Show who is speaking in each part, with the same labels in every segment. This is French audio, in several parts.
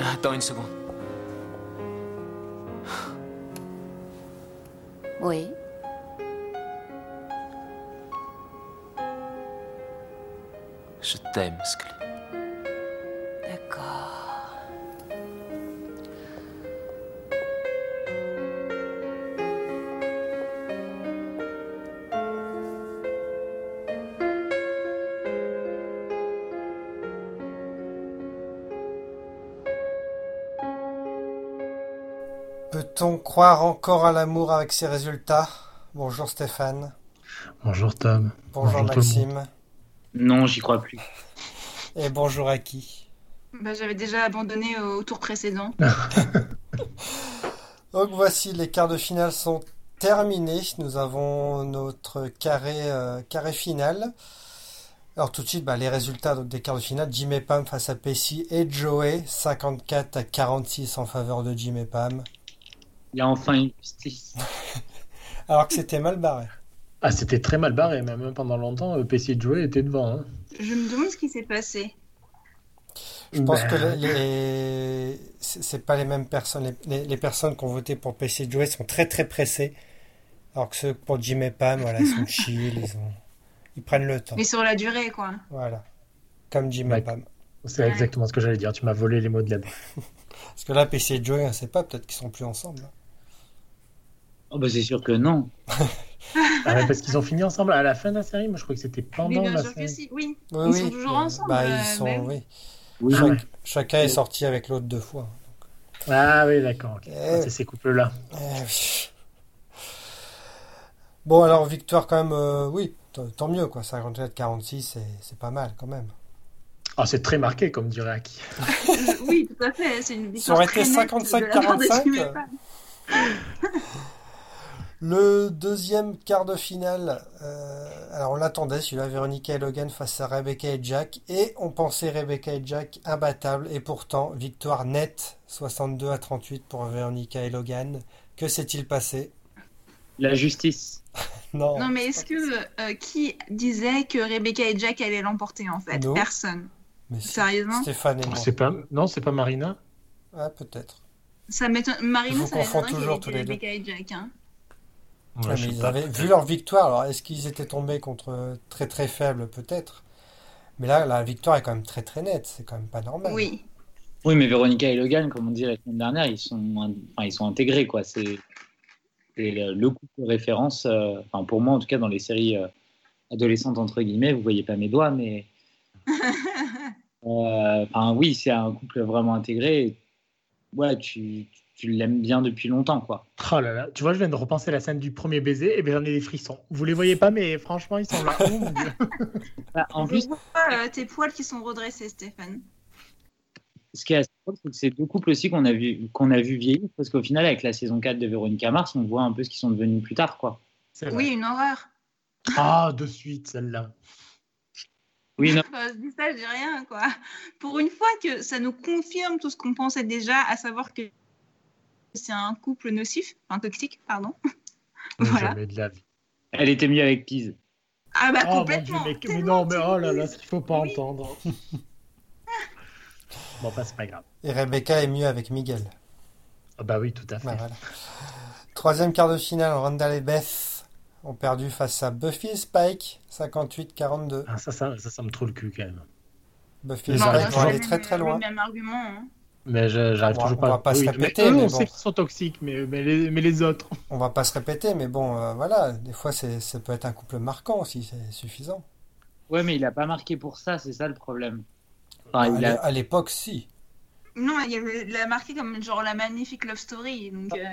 Speaker 1: Attends une seconde.
Speaker 2: Oui.
Speaker 1: Je t'aime, Scully.
Speaker 2: D'accord.
Speaker 3: Peut-on croire encore à l'amour avec ses résultats Bonjour Stéphane.
Speaker 4: Bonjour Tom.
Speaker 3: Bonjour,
Speaker 4: Bonjour tout le
Speaker 3: Maxime.
Speaker 5: Non, j'y crois plus.
Speaker 3: Et bonjour Aki.
Speaker 6: Bah, j'avais déjà abandonné au, au tour précédent.
Speaker 3: Donc voici, les quarts de finale sont terminés. Nous avons notre carré, euh, carré final. Alors tout de suite, bah, les résultats donc, des quarts de finale. Jim et Pam face à Pessi et Joey. 54 à 46 en faveur de Jim et Pam.
Speaker 5: Il y a enfin une justice.
Speaker 3: Alors que c'était mal barré.
Speaker 4: Ah, c'était très mal barré, mais même pendant longtemps, euh, PC Joey était devant. hein.
Speaker 6: Je me demande ce qui s'est passé.
Speaker 3: Je pense
Speaker 4: Ben,
Speaker 3: que
Speaker 6: Bah.
Speaker 3: les, les- c'est c'est pas les mêmes personnes. Les, les- les personnes qui ont voté pour PC Joey sont très très pressées. Alors que ceux pour Jim et Pam, voilà, ils sont chill, ils, ont- ils prennent le temps.
Speaker 6: Mais sur la durée, quoi.
Speaker 3: Voilà. Comme Jim et
Speaker 4: Ouais.
Speaker 3: Pam.
Speaker 4: C'est exactement ce que j'allais dire, tu m'as volé les mots de la bouche.
Speaker 3: Parce que là, PC et Joey, on sait pas, peut-être qu'ils sont plus ensemble.
Speaker 5: Oh, bah, c'est sûr que non.
Speaker 4: Ah, mais parce qu'ils ont fini ensemble à la fin de la série, moi je crois que c'était
Speaker 6: Mais
Speaker 4: pendant
Speaker 6: bien
Speaker 4: la
Speaker 6: sûr que
Speaker 4: série.
Speaker 6: si. Oui,
Speaker 3: Oui,
Speaker 6: Ils sont toujours ensemble,
Speaker 3: Bah, ils
Speaker 6: euh,
Speaker 3: sont,
Speaker 6: ben
Speaker 3: oui.
Speaker 5: Oui,
Speaker 4: Ah ouais.
Speaker 3: Chac- Chacun est sorti avec l'autre deux fois.
Speaker 4: Ah oui, d'accord. ok.
Speaker 3: Eh
Speaker 4: Ah,
Speaker 3: oui.
Speaker 4: c'est ces couples-là.
Speaker 3: Eh oui. Bon, alors, victoire quand même, euh, oui, t- tant mieux, quoi. 54-46, c'est- c'est pas mal quand même.
Speaker 4: Ah, c'est très marqué, comme dirait Aki.
Speaker 6: Je- euh, oui, tout à fait. C'est une
Speaker 3: Ça aurait
Speaker 6: victoire
Speaker 3: été
Speaker 6: très nette de la part de
Speaker 3: 55.
Speaker 6: Jimmy Pam.
Speaker 3: Le deuxième quart de finale, euh, alors on l'attendait, celui-là, Véronica et Logan face à Rebecca et Jack, et on pensait Rebecca et Jack imbattables, et pourtant, victoire nette, 62 à 38 pour Véronica et Logan. Que s'est-il passé?
Speaker 5: La justice.
Speaker 3: Non.
Speaker 6: Non, mais est-ce que euh, qui disait que Rebecca et Jack allaient l'emporter en fait
Speaker 3: Non.
Speaker 6: Personne.
Speaker 3: Mais si,
Speaker 6: Sérieusement
Speaker 3: Stéphane et moi.
Speaker 4: C'est pas... Non, c'est pas Marina
Speaker 3: Ah, peut-être.
Speaker 6: Ça m'étonne.
Speaker 3: Je vous
Speaker 6: Marina, ça
Speaker 3: confonds
Speaker 6: m'étonnerait
Speaker 3: toujours
Speaker 6: qu'il
Speaker 3: tous
Speaker 6: ait
Speaker 3: les
Speaker 6: été
Speaker 3: deux.
Speaker 6: Rebecca et Jack. Hein.
Speaker 4: Ouais,
Speaker 3: Ah,
Speaker 4: je
Speaker 3: mais
Speaker 4: sais
Speaker 3: ils
Speaker 4: pas.
Speaker 3: avaient- vu leur victoire, alors est-ce qu'ils étaient tombés contre euh, très très faibles? Peut-être. Mais là, la victoire est quand même très très nette, c'est quand même pas normal.
Speaker 6: Oui.
Speaker 5: Oui, mais Véronica et Logan, comme on dit la semaine dernière, ils sont, in- enfin, ils sont intégrés, quoi. C'est c'est le le couple de référence, euh, enfin, pour moi, en tout cas, dans les séries euh, adolescentes, entre guillemets, vous voyez pas mes doigts, mais. Euh, Enfin, oui, c'est un couple vraiment intégré. Ouais, tu, tu l'aimes bien depuis longtemps, quoi.
Speaker 4: Oh là là, tu vois, je viens de repenser la scène du premier baiser, et bien j'en ai des frissons. Vous les voyez pas, mais franchement, ils sont là. Oh, mon Dieu.
Speaker 5: Bah, en
Speaker 6: En
Speaker 5: plus,
Speaker 6: plus, vois euh, tes poils qui sont redressés, Stéphane.
Speaker 5: ce qui est assez drôle, c'est que c'est deux couples aussi qu'on a vu qu'on a vu vieillir, parce qu'au final, avec la saison 4 de Véronica Mars, on voit un peu ce qu'ils sont devenus plus tard, quoi.
Speaker 4: C'est vrai.
Speaker 6: Oui, une horreur.
Speaker 4: Ah, de suite, celle-là.
Speaker 5: Oui, non,
Speaker 6: Enfin, Bah, je dis ça, je dis rien, quoi. Pour une fois que ça nous confirme tout ce qu'on pensait déjà, à savoir que c'est un couple nocif, enfin toxique, pardon. Voilà.
Speaker 4: Jamais de la vie.
Speaker 5: elle était mieux avec Pise.
Speaker 6: Ah bah
Speaker 4: Oh mon dieu,
Speaker 6: complètement.
Speaker 4: mais, mais
Speaker 6: tellement
Speaker 4: non, mais oh là là,
Speaker 6: timide.
Speaker 4: ce qu'il faut pas
Speaker 6: Oui.
Speaker 4: entendre. bon, bah, c'est pas grave.
Speaker 3: Et Rebecca est mieux avec Miguel.
Speaker 4: Ah bah oui, tout à fait.
Speaker 3: Ouais, voilà. Troisième quart de finale, Randall et Beth ont perdu face à Buffy et Spike, 58-42.
Speaker 4: Ah, ça, ça, ça, ça me trouve le cul quand même.
Speaker 3: Buffy et
Speaker 4: Ils
Speaker 6: Non,
Speaker 4: arrivent
Speaker 3: Spike
Speaker 6: c'est
Speaker 3: vont
Speaker 4: toujours.
Speaker 3: aller
Speaker 6: le
Speaker 3: très très
Speaker 6: même-
Speaker 3: loin.
Speaker 6: Le même argument. hein.
Speaker 4: Mais je-
Speaker 3: On
Speaker 4: j'arrive
Speaker 3: va-
Speaker 4: toujours
Speaker 3: on
Speaker 4: pas.
Speaker 3: va pas se
Speaker 4: oui,
Speaker 3: répéter,
Speaker 4: mais eux,
Speaker 3: mais
Speaker 4: on
Speaker 3: bon.
Speaker 4: sait qu'ils sont toxiques, mais, mais, les, mais les autres.
Speaker 3: On va pas se répéter, mais bon, euh, voilà, des fois c'est, ça peut être un couple marquant aussi, c'est suffisant.
Speaker 5: Ouais, mais il a pas marqué pour ça, c'est ça le problème.
Speaker 3: À
Speaker 5: Enfin, Ah, il
Speaker 3: l'é-
Speaker 5: a-
Speaker 3: à l'époque, si.
Speaker 6: Non, il y avait- il l'a marqué comme genre la magnifique love story. Donc, euh,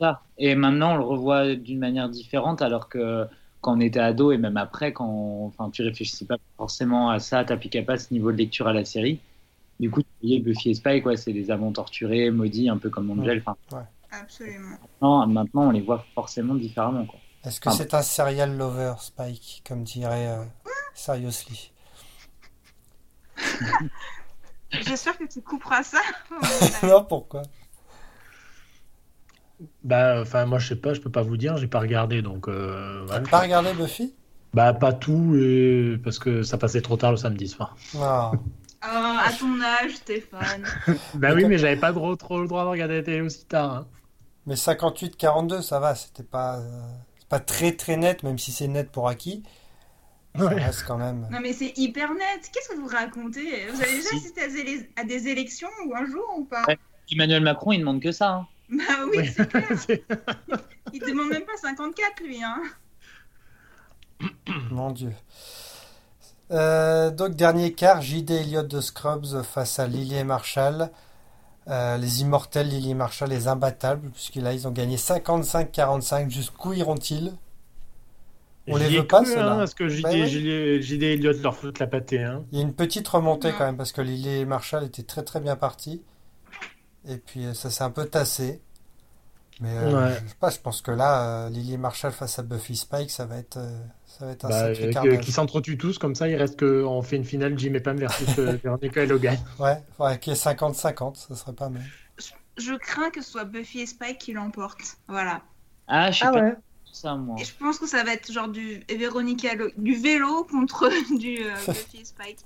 Speaker 5: ça. Et maintenant, on le revoit d'une manière différente, alors que quand on était ado et même après, quand on- enfin, tu réfléchissais pas forcément à ça, t'appliquais pas ce niveau de lecture à la série. Du coup, tu voyais Buffy et Spike, quoi, c'est des amants torturés, maudits, un peu comme Angel. Enfin,
Speaker 6: absolument.
Speaker 5: maintenant, maintenant, on les voit forcément différemment, quoi.
Speaker 3: Est-ce que
Speaker 5: Ah.
Speaker 3: c'est un serial lover, Spike, comme dirait euh, Seriously
Speaker 6: J'espère que tu couperas ça. Oh,
Speaker 3: Non, pourquoi
Speaker 4: Bah, enfin, moi, je sais pas, je peux pas vous dire, j'ai pas regardé, donc. euh, voilà.
Speaker 3: T'as pas regardé Buffy
Speaker 4: Bah, pas tout, euh, parce que ça passait trop tard le samedi soir.
Speaker 3: Non.
Speaker 6: Ah, à ton âge, Stéphane.
Speaker 4: Bah oui, mais j'avais pas gros, trop le droit de regarder la télé aussi tard. hein.
Speaker 3: Mais 58-42, ça va, c'était pas, euh, c'est pas très très net, même si c'est net pour acquis. Ça
Speaker 4: Ouais.
Speaker 3: reste quand même. euh,
Speaker 6: Non, mais c'est hyper net. Qu'est-ce que vous racontez Vous avez déjà
Speaker 5: Si.
Speaker 6: assisté à des- à des élections ou un jour ou pas
Speaker 5: Ouais. Emmanuel Macron, il demande que ça. hein.
Speaker 6: Bah oui,
Speaker 4: Oui.
Speaker 6: c'est clair.
Speaker 4: C'est-
Speaker 6: Il demande même pas 54, lui. Hein.
Speaker 3: Mon Dieu. Euh, donc, dernier quart, J.D. Elliott de Scrubs face à Lily et Marshall. Euh, les immortels, Lily et Marshall, les imbattables, puisque là, ils ont gagné 55-45. Jusqu'où iront-ils? On les
Speaker 4: J'y ai
Speaker 3: veut pas,
Speaker 4: cru,
Speaker 3: ceux-là.
Speaker 4: hein, Parce que JD,
Speaker 3: Bah ouais.
Speaker 4: JD JD Elliott leur fout la pâtée. Hein.
Speaker 3: Il y a une petite remontée
Speaker 6: Non.
Speaker 3: quand même, parce que Lily et Marshall étaient très très bien partis. Et puis euh, ça s'est un peu tassé. Mais euh,
Speaker 4: Ouais.
Speaker 3: je sais pas, je pense que là, euh, Lily et Marshall face à Buffy Spike, ça va être, euh, ça va être un
Speaker 4: Bah,
Speaker 3: sacré
Speaker 4: euh,
Speaker 3: carnage.
Speaker 4: qui s'entretuent tous, comme ça, il reste que on fait une finale Jim et Pam versus euh, Veronica et Logan.
Speaker 3: Ouais, ouais, qui est 50-50, ça serait pas mal.
Speaker 6: Je crains que ce soit Buffy et Spike qui l'emportent. Voilà.
Speaker 5: Ah, je sais pas ça, moi.
Speaker 6: Et je pense que ça va être genre du Véronica Lo- du vélo contre du euh, Buffy et Spike.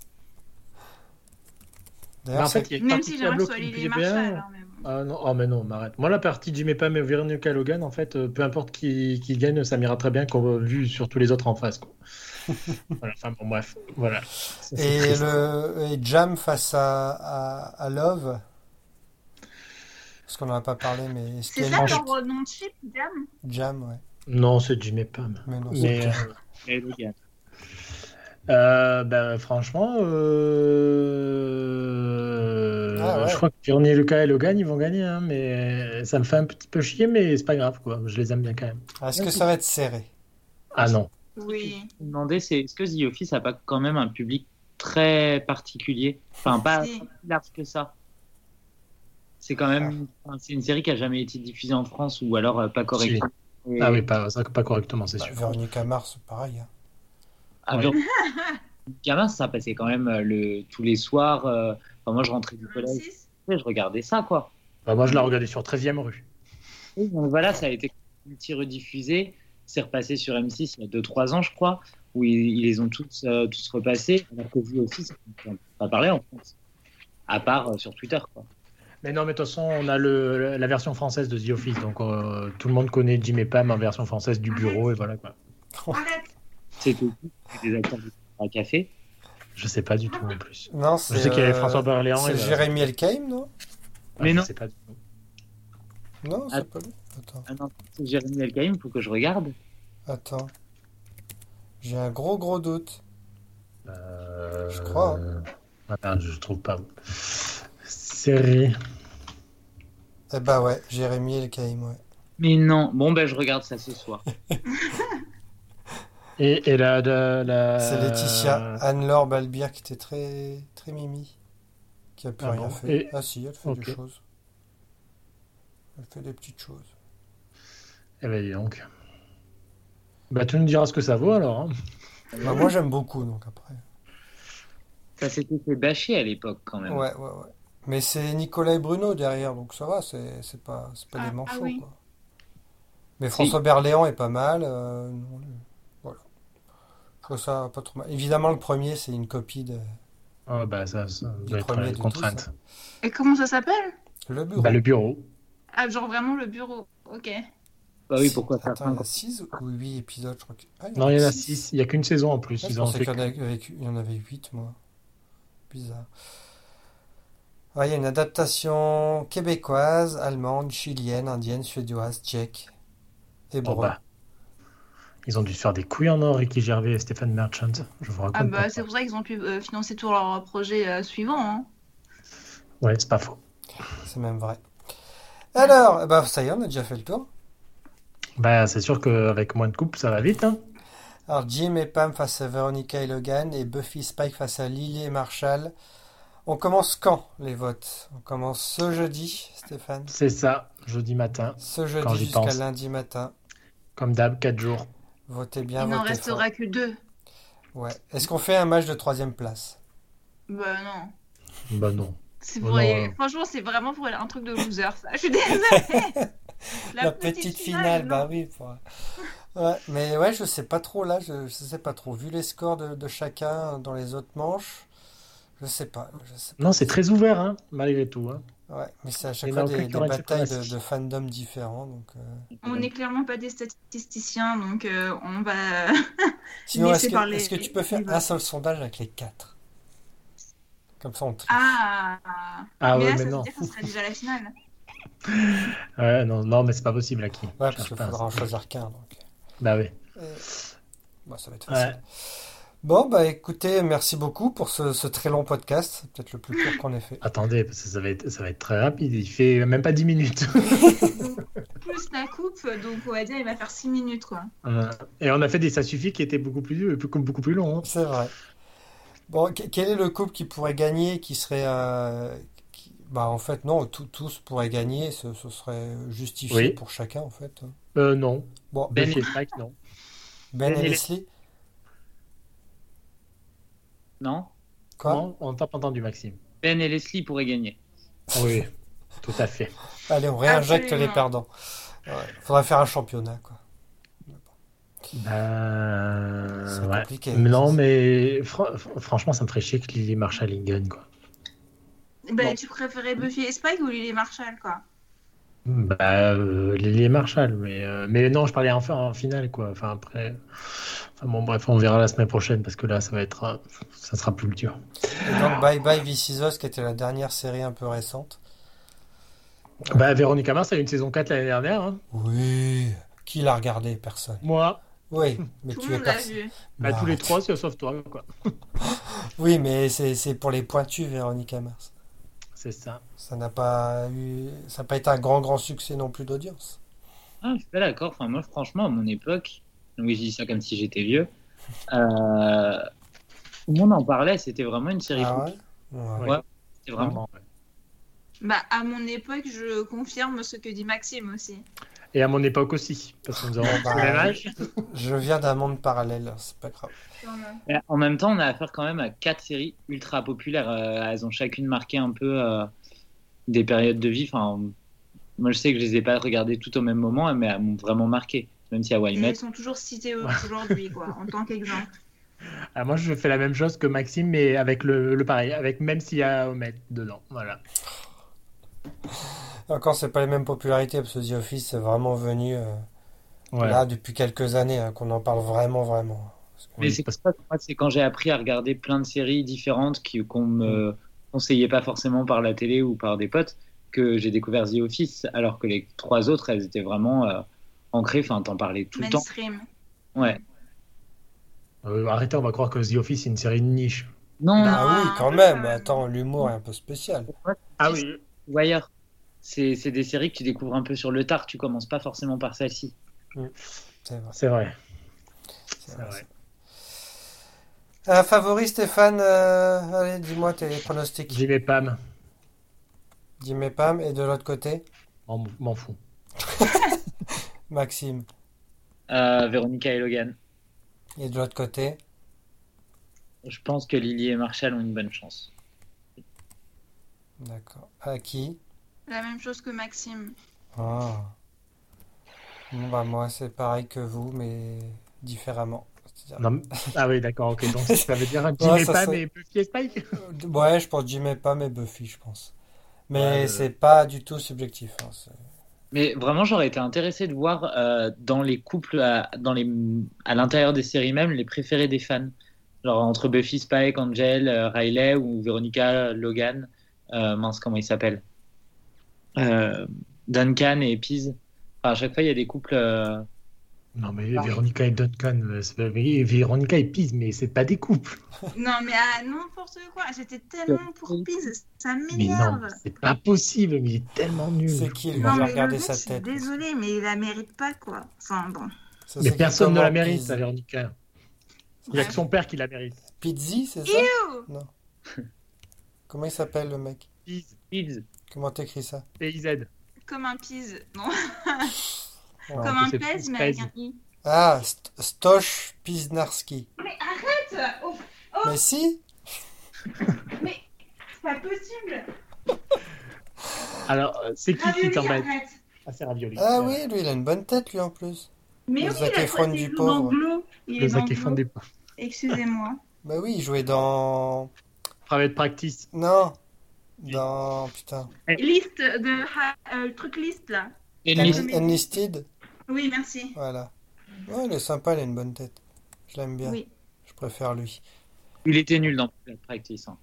Speaker 3: D'ailleurs,
Speaker 4: Bah, en
Speaker 3: c'est-
Speaker 4: fait, il y a une
Speaker 6: Même
Speaker 4: partie
Speaker 6: si
Speaker 4: de
Speaker 6: j'aimerais que
Speaker 4: tableau
Speaker 6: ce
Speaker 4: qui
Speaker 6: soit
Speaker 4: me
Speaker 6: Lily et
Speaker 4: plaît bien.
Speaker 6: Marshall. hein, mais bon.
Speaker 4: Ah non, oh, mais non, mais arrête. Moi, la partie Jim et Pam et Veronica Logan, en fait, euh, peu importe qui, qui gagne, ça m'ira très bien qu'on vu sur tous les autres en face. Quoi. voilà, enfin bon, bref, voilà. Ça, c'est
Speaker 3: et,
Speaker 4: triste.
Speaker 3: le, et Jam face à, à, à Love, parce qu'on en a pas parlé, mais est-ce
Speaker 6: C'est
Speaker 3: qu'il y a
Speaker 6: ça
Speaker 3: une-
Speaker 6: leur euh, nom de chip, Jam
Speaker 3: Jam, ouais.
Speaker 4: Non, c'est Jim et Pam.
Speaker 3: Mais non, c'est-
Speaker 4: Mais euh,
Speaker 5: Et Logan.
Speaker 4: euh, ben, franchement, euh,
Speaker 3: Ah, ouais.
Speaker 4: je crois que Vernier, Lucas et Logan, ils vont gagner. hein, mais ça me fait un petit peu chier, mais c'est pas grave, quoi. Je les aime bien quand même.
Speaker 3: Est-ce que ça va être serré?
Speaker 4: Ah non.
Speaker 6: Oui.
Speaker 5: Demander, c'est est-ce que The Office a pas quand même un public très particulier Enfin, pas
Speaker 6: Si.
Speaker 5: pas plus large que ça. C'est quand même
Speaker 6: Ah.
Speaker 5: enfin, c'est une série qui a jamais été diffusée en France ou alors euh, pas correctement. Et-
Speaker 4: Ah oui, pas, ça, pas correctement, c'est
Speaker 3: Bah,
Speaker 4: sûr.
Speaker 3: Veronica Mars, pareil. hein.
Speaker 5: Ah,
Speaker 4: Ouais.
Speaker 5: Veronica Mars, ça passait quand même euh, le, tous les soirs. euh, enfin, moi, je rentrais du collège,
Speaker 6: 26.
Speaker 5: et je regardais ça, quoi.
Speaker 4: Bah, moi, je l'ai regardé sur 13 e rue.
Speaker 5: Et donc, voilà, ça a été multi-rediffusé. C'est repassé sur M6 il y a 2-3 ans, je crois, où ils, ils les ont tous, euh, tous repassés. Alors que The Office, on peut pas parler en France. À part euh, sur Twitter, quoi.
Speaker 4: Mais non, mais de toute façon, on a le, la version française de The Office, donc euh, tout le monde connaît Jim et Pam en version française du bureau, et voilà quoi.
Speaker 6: Arrête.
Speaker 5: C'était des acteurs du à café.
Speaker 4: Je sais pas du tout en plus.
Speaker 3: Non,
Speaker 4: Je
Speaker 3: c'est
Speaker 4: sais qu'il y avait
Speaker 3: euh,
Speaker 4: François Berléand. et
Speaker 3: C'est
Speaker 4: bah,
Speaker 3: Jérémy Elkheim, non?
Speaker 4: bah,
Speaker 5: Mais
Speaker 4: je
Speaker 5: non.
Speaker 4: sais pas du tout.
Speaker 3: Non, c'est
Speaker 5: Att-
Speaker 3: pas lui. Attends,
Speaker 5: Ah non, c'est Jérémy Elkaïm, faut que je regarde.
Speaker 3: attends. J'ai un gros gros doute.
Speaker 4: Euh,
Speaker 3: Je crois,
Speaker 4: ah, merde, je trouve pas. Série.
Speaker 3: Eh bah ouais, Jérémy Elkheim, ouais.
Speaker 5: Mais non, bon ben je regarde ça ce soir.
Speaker 4: Et, et la, la, la-
Speaker 3: C'est
Speaker 4: Euh.
Speaker 3: Laetitia, Anne-Laure Balbir qui était très très mimi, qui a plus
Speaker 4: Ah
Speaker 3: rien
Speaker 4: bon
Speaker 3: fait.
Speaker 4: Et-
Speaker 3: Ah si, elle fait
Speaker 4: Ok.
Speaker 3: des choses. Elle fait des petites choses.
Speaker 4: Eh ben, dis donc. Bah, tu nous diras ce que ça vaut alors. hein.
Speaker 3: Bah, moi j'aime beaucoup donc après.
Speaker 5: Ça s'était fait bâcher à l'époque quand même.
Speaker 3: Ouais ouais ouais. Mais c'est Nicolas et Bruno derrière donc ça va, c'est c'est pas c'est pas
Speaker 6: Ah,
Speaker 3: des
Speaker 6: ah
Speaker 3: manchots
Speaker 6: oui.
Speaker 3: quoi. Mais François Berléand est pas mal. euh, non, le- voilà. Je trouve ça pas trop mal. Évidemment le premier c'est une copie de
Speaker 4: Ah, bah, ça, ça doit être
Speaker 3: premier
Speaker 4: une
Speaker 3: de tous,
Speaker 4: contrainte.
Speaker 6: Et comment ça s'appelle
Speaker 3: le bureau.
Speaker 4: Bah, le bureau.
Speaker 6: Ah, genre vraiment le bureau. Ok.
Speaker 4: Ah
Speaker 5: Bah oui, pourquoi ça
Speaker 3: Attends, il y a 6 ou 8 épisodes, je crois que. Ah,
Speaker 4: hein. Non, il y en a
Speaker 3: six.
Speaker 4: 6. Il n'y a qu'une saison en plus.
Speaker 3: Ah, je
Speaker 4: Ils en ont
Speaker 3: pensais
Speaker 4: fait
Speaker 3: qu'il y en avait- avec- il y en avait 8, moi. Bizarre. Ah, il y a une adaptation québécoise, allemande, chilienne, indienne, suédoise, tchèque, hébreu.
Speaker 4: Oh, bah. Ils ont dû se faire des couilles en or, Ricky Gervais et Stéphane Merchant. Je vous raconte.
Speaker 6: Ah bah
Speaker 4: pas.
Speaker 6: c'est pour ça qu'ils ont pu euh, financer tout leur projet euh, suivant. hein.
Speaker 4: Ouais, c'est pas faux.
Speaker 3: C'est même vrai. Alors, eh ben, ça y est, on a déjà fait le tour.
Speaker 4: Bah, c'est sûr qu'avec moins de coupes, ça va vite. Hein.
Speaker 3: Alors, Jim et Pam face à Veronica et Logan, et Buffy Spike face à Lily et Marshall. On commence quand les votes? On commence ce jeudi, Stéphane.
Speaker 4: C'est ça, jeudi matin.
Speaker 3: Ce jeudi
Speaker 4: Quand j'y
Speaker 3: jusqu'à
Speaker 4: pense.
Speaker 3: lundi matin.
Speaker 4: Comme d'hab, 4 jours.
Speaker 3: Votez bien,
Speaker 6: Il n'en
Speaker 3: votez
Speaker 6: restera que deux.
Speaker 3: fort. Ouais. Est-ce qu'on fait un match de troisième place?
Speaker 6: Bah non.
Speaker 4: Bah, non.
Speaker 6: C'est
Speaker 4: Oh
Speaker 6: pour
Speaker 4: non,
Speaker 6: les-
Speaker 4: euh.
Speaker 6: Franchement, c'est vraiment pour les- un truc de loser, ça. Je suis désolée.
Speaker 3: La, petite, finale, bah oui. pour- Ouais, mais ouais, je sais pas trop là, je, je sais pas trop. Vu les scores de, de chacun dans les autres manches, Je sais pas. Je sais pas.
Speaker 4: Non, c'est très ouvert, hein, malgré tout. hein.
Speaker 3: Ouais, mais c'est à chaque
Speaker 4: Il y en
Speaker 3: fois des,
Speaker 4: a aucun qui
Speaker 3: des
Speaker 4: aurait
Speaker 3: batailles
Speaker 4: été
Speaker 3: de,
Speaker 4: classique.
Speaker 3: de fandom différents. Donc, euh,
Speaker 6: On n'est clairement pas des statisticiens, donc euh, on va.
Speaker 3: Sinon,
Speaker 6: laissez
Speaker 3: est-ce que,
Speaker 6: parler.
Speaker 3: est-ce que tu peux faire
Speaker 6: Oui, voilà.
Speaker 3: un seul sondage avec les quatre Comme ça, on trie.
Speaker 6: Ah,
Speaker 4: Ah ouais,
Speaker 6: Mais là, ça
Speaker 4: mais
Speaker 6: veut
Speaker 4: non.
Speaker 6: dire que ce serait déjà la finale.
Speaker 4: Ouais, non, non, mais c'est pas possible, Aki.
Speaker 3: Ouais, parce
Speaker 4: Cherche
Speaker 3: qu'il
Speaker 4: pas.
Speaker 3: faudra en choisir qu'un. Donc.
Speaker 4: Bah oui.
Speaker 3: Euh, bah, ça va être
Speaker 4: Ouais.
Speaker 3: facile. Bon, bah écoutez, merci beaucoup pour ce, ce très long podcast. C'est peut-être le plus court qu'on ait fait.
Speaker 4: Attendez, parce que ça va, être, ça va être très rapide. Il fait même pas 10 minutes.
Speaker 6: Plus la coupe, donc on va dire il va faire 6 minutes quoi.
Speaker 4: Euh, Et on a fait des ça suffit qui étaient beaucoup plus, plus- beaucoup plus longs. hein.
Speaker 3: C'est vrai. Bon, que- quel est le couple qui pourrait gagner, qui serait... euh, qui- Bah en fait, non, tout- tous pourraient gagner. Ce, ce serait justifié
Speaker 4: Oui.
Speaker 3: pour chacun, en fait. hein.
Speaker 4: Euh, non.
Speaker 3: Bon,
Speaker 4: Ben
Speaker 3: Ben,
Speaker 4: et Spike, non. Ben
Speaker 3: et
Speaker 4: et
Speaker 3: Leslie,
Speaker 5: Non
Speaker 3: quoi?
Speaker 4: Non, on t'a pas entendu, Maxime.
Speaker 5: Ben et Leslie pourraient gagner.
Speaker 4: Oui, tout à fait.
Speaker 3: Allez, on réinjecte les
Speaker 6: Absolument.
Speaker 3: perdants. Ouais, faudrait faire un championnat, quoi.
Speaker 4: Ben,
Speaker 3: C'est
Speaker 4: ouais.
Speaker 3: compliqué.
Speaker 4: Mais Non, mais fran- fr- franchement, ça me ferait chier que Lily Marshall y gagne, quoi.
Speaker 6: Bah,
Speaker 5: Bon.
Speaker 6: tu préférais Buffy et Spike ou Lily Marshall quoi
Speaker 4: Bah, euh, Lily Marshall, mais, euh, mais non, je parlais enfin en finale, quoi. Enfin, après. Enfin, bon, bref, on verra la semaine prochaine, parce que là, ça va être. euh, Ça sera plus dur.
Speaker 3: Et donc, Bye Bye This Is Us, qui était la dernière série un peu récente.
Speaker 4: Bah, Véronica Mars a eu une saison 4 l'année dernière, hein.
Speaker 3: Oui. Qui l'a regardé? Personne.
Speaker 4: Moi,
Speaker 3: Oui, mais
Speaker 6: Tout
Speaker 3: tu
Speaker 6: le
Speaker 3: es
Speaker 6: monde l'a
Speaker 3: personne.
Speaker 6: vu.
Speaker 4: bah,
Speaker 3: Bah,
Speaker 4: tous les
Speaker 3: arrête.
Speaker 4: trois, sauf toi, quoi.
Speaker 3: Oui, mais c'est c'est pour les pointus, Véronique Mars.
Speaker 4: C'est ça.
Speaker 3: Ça n'a pas eu, ça n'a pas été un grand grand succès non plus d'audience.
Speaker 5: Ah, je suis pas d'accord. Enfin, moi, franchement, à mon époque, donc je dis ça comme si j'étais vieux, euh, tout le monde en parlait. C'était vraiment une série.
Speaker 3: Ah
Speaker 5: cool.
Speaker 3: ouais? Ouais.
Speaker 5: Ouais. C'était vraiment
Speaker 4: Vraiment, ouais.
Speaker 6: Bah, à mon époque, je confirme ce que dit Maxime aussi.
Speaker 4: Et à mon époque aussi, parce que nous avons
Speaker 3: Bah,
Speaker 4: le même âge.
Speaker 3: Je viens d'un monde parallèle, c'est pas grave.
Speaker 5: Mais En même temps, on a affaire quand même à quatre séries ultra populaires. Euh, elles ont chacune marqué un peu euh, des périodes de vie. Enfin, moi, je sais que je les ai pas regardées toutes au même moment, mais elles m'ont vraiment marqué. Même si Hawaii
Speaker 6: Et
Speaker 5: Met,
Speaker 6: ils sont toujours cités aujourd'hui quoi, en tant qu'exemple.
Speaker 4: Ah, moi, je fais la même chose que Maxime, mais avec le, le pareil, avec même s'il y a Omet dedans. Voilà.
Speaker 3: Encore, c'est pas les mêmes popularités parce que The Office est vraiment venu euh,
Speaker 4: Ouais.
Speaker 3: là depuis quelques années hein, qu'on en parle vraiment vraiment.
Speaker 5: Mais c'est pour ça que moi, c'est quand j'ai appris à regarder plein de séries différentes qui- qu'on me conseillait pas forcément par la télé ou par des potes que j'ai découvert The Office, alors que les trois autres, elles étaient vraiment euh, ancrées. Enfin, t'en parlais tout le temps.
Speaker 6: Mainstream.
Speaker 5: Ouais.
Speaker 4: Euh, arrêtez, on va croire que The Office est une série de niche.
Speaker 5: Non,
Speaker 6: Bah,
Speaker 3: Ah oui,
Speaker 6: Ah,
Speaker 3: quand
Speaker 6: euh,
Speaker 3: même. Attends, l'humour est un peu spécial.
Speaker 4: Ah oui.
Speaker 5: Wire. C'est c'est des séries que tu découvres un peu sur le tard. Tu commences pas forcément par celle-ci.
Speaker 3: C'est vrai.
Speaker 4: C'est vrai.
Speaker 3: c'est
Speaker 4: C'est
Speaker 3: vrai,
Speaker 4: vrai.
Speaker 3: c'est vrai. Un favori, Stéphane? euh, allez, dis-moi tes pronostics.
Speaker 4: Jim et Pam,
Speaker 3: Dis-moi Pam et de l'autre côté,
Speaker 4: on m'en fout.
Speaker 3: Maxime.
Speaker 5: Euh, Véronica et Logan.
Speaker 3: Et de l'autre côté,
Speaker 5: Je pense que Lily et Marshall ont une bonne chance.
Speaker 3: d'accord. À qui?
Speaker 6: La même chose que Maxime.
Speaker 3: Ah. Bon, bah, moi, c'est pareil que vous, mais différemment. C'est-à-dire-
Speaker 4: Non, mais- ah oui, d'accord, ok. Donc ça veut dire Jim
Speaker 3: Ouais,
Speaker 4: et
Speaker 3: ça
Speaker 4: Pam
Speaker 3: serait-
Speaker 4: et Buffy et Spike
Speaker 3: Euh, Ouais, je pense Jim et Pam et Buffy, je pense. Mais
Speaker 4: Ouais, euh.
Speaker 3: c'est pas du tout subjectif. hein, c'est-
Speaker 5: Mais vraiment, j'aurais été intéressé de voir euh, dans les couples, à, dans les, à l'intérieur des séries même, les préférés des fans. Genre entre Buffy, Spike, Angel, euh, Riley ou Veronica, Logan. Euh, mince, comment il s'appelle Euh, Duncan et Pease. Enfin, à chaque fois, il y a des couples. euh,
Speaker 4: Non, mais Véronica et Duncan, euh, c'est pas- mais Véronica et Pise, mais c'est pas des couples.
Speaker 6: Non, mais à n'importe quoi. J'étais tellement pour Pise, ça
Speaker 4: Mais non,
Speaker 6: m'énerve.
Speaker 4: c'est pas possible, mais il est tellement nul.
Speaker 3: C'est qui, lui
Speaker 6: Non,
Speaker 3: J'ai
Speaker 6: mais
Speaker 3: regardé
Speaker 6: le mec,
Speaker 3: sa
Speaker 6: je suis
Speaker 3: tête.
Speaker 6: désolée, mais il la mérite pas, quoi. Enfin, bon.
Speaker 3: ça,
Speaker 4: Mais
Speaker 3: c'est
Speaker 4: personne ne
Speaker 3: comment
Speaker 4: la mérite,
Speaker 3: Piz-
Speaker 4: la Véronica. Il y a que son père qui la mérite.
Speaker 3: Pizzi, c'est ça? Non. Comment il s'appelle le mec?
Speaker 4: Pise,
Speaker 5: Pease.
Speaker 3: Comment t'écris ça?
Speaker 4: PIZ.
Speaker 6: Comme un Pise. Non,
Speaker 3: Ah, Non.
Speaker 6: comme un
Speaker 4: c'est
Speaker 6: Pèse, mais
Speaker 4: Pèse.
Speaker 6: avec un I.
Speaker 3: Ah, St- Stoche Piznarski.
Speaker 6: Mais arrête oh,
Speaker 3: Mais si,
Speaker 6: Mais c'est pas possible
Speaker 4: Alors, euh, c'est qui qui
Speaker 6: Ravioli,
Speaker 4: t'embête
Speaker 6: arrête
Speaker 4: Ah, c'est Ravioli.
Speaker 3: ah
Speaker 4: Ouais.
Speaker 3: oui, lui il a une bonne tête lui en plus.
Speaker 6: Mais
Speaker 3: Le
Speaker 6: oui,
Speaker 3: Zac
Speaker 6: il a
Speaker 3: Efron
Speaker 6: il
Speaker 3: du
Speaker 6: joue
Speaker 3: pauvre.
Speaker 6: dans Glow. Il
Speaker 4: Le
Speaker 6: est dans
Speaker 4: Zac Efron
Speaker 6: Glow.
Speaker 4: des-
Speaker 6: Excusez-moi.
Speaker 3: Bah oui, il jouait dans
Speaker 4: Private Practice.
Speaker 3: Non. Non, putain.
Speaker 6: Liste de ha- euh, le truc liste là.
Speaker 5: Enlist-
Speaker 6: Enlisted.
Speaker 3: Enlisted,
Speaker 6: Oui, merci.
Speaker 3: voilà. Ouais, il est sympa, il a une bonne tête. Je l'aime bien.
Speaker 6: Oui.
Speaker 3: Je préfère lui.
Speaker 5: Il était nul dans Private Practice. hein.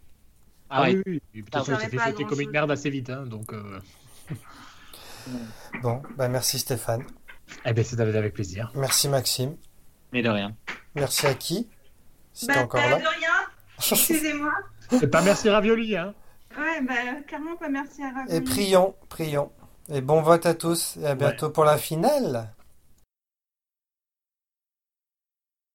Speaker 4: Ah
Speaker 5: Ouais.
Speaker 4: oui, oui, oui. De toute façon,
Speaker 6: Ça
Speaker 4: il s'est
Speaker 6: servait
Speaker 4: fait
Speaker 6: pas à
Speaker 4: sauter comme une
Speaker 6: grand-chose.
Speaker 4: merde assez vite. hein, donc, euh,
Speaker 3: Bon, bah merci Stéphane.
Speaker 4: eh ben, c'était avec plaisir.
Speaker 3: Merci Maxime.
Speaker 5: Mais de rien.
Speaker 3: Merci à qui Si t'es
Speaker 6: Bah,
Speaker 3: encore
Speaker 6: euh,
Speaker 3: là.
Speaker 6: de rien, excusez-moi.
Speaker 4: Et pas Eh merci Ravioli. Hein.
Speaker 6: Ouais, bah, clairement pas merci à Ravi.
Speaker 3: Et prions, prions. Et bon vote à tous et à bientôt pour la finale.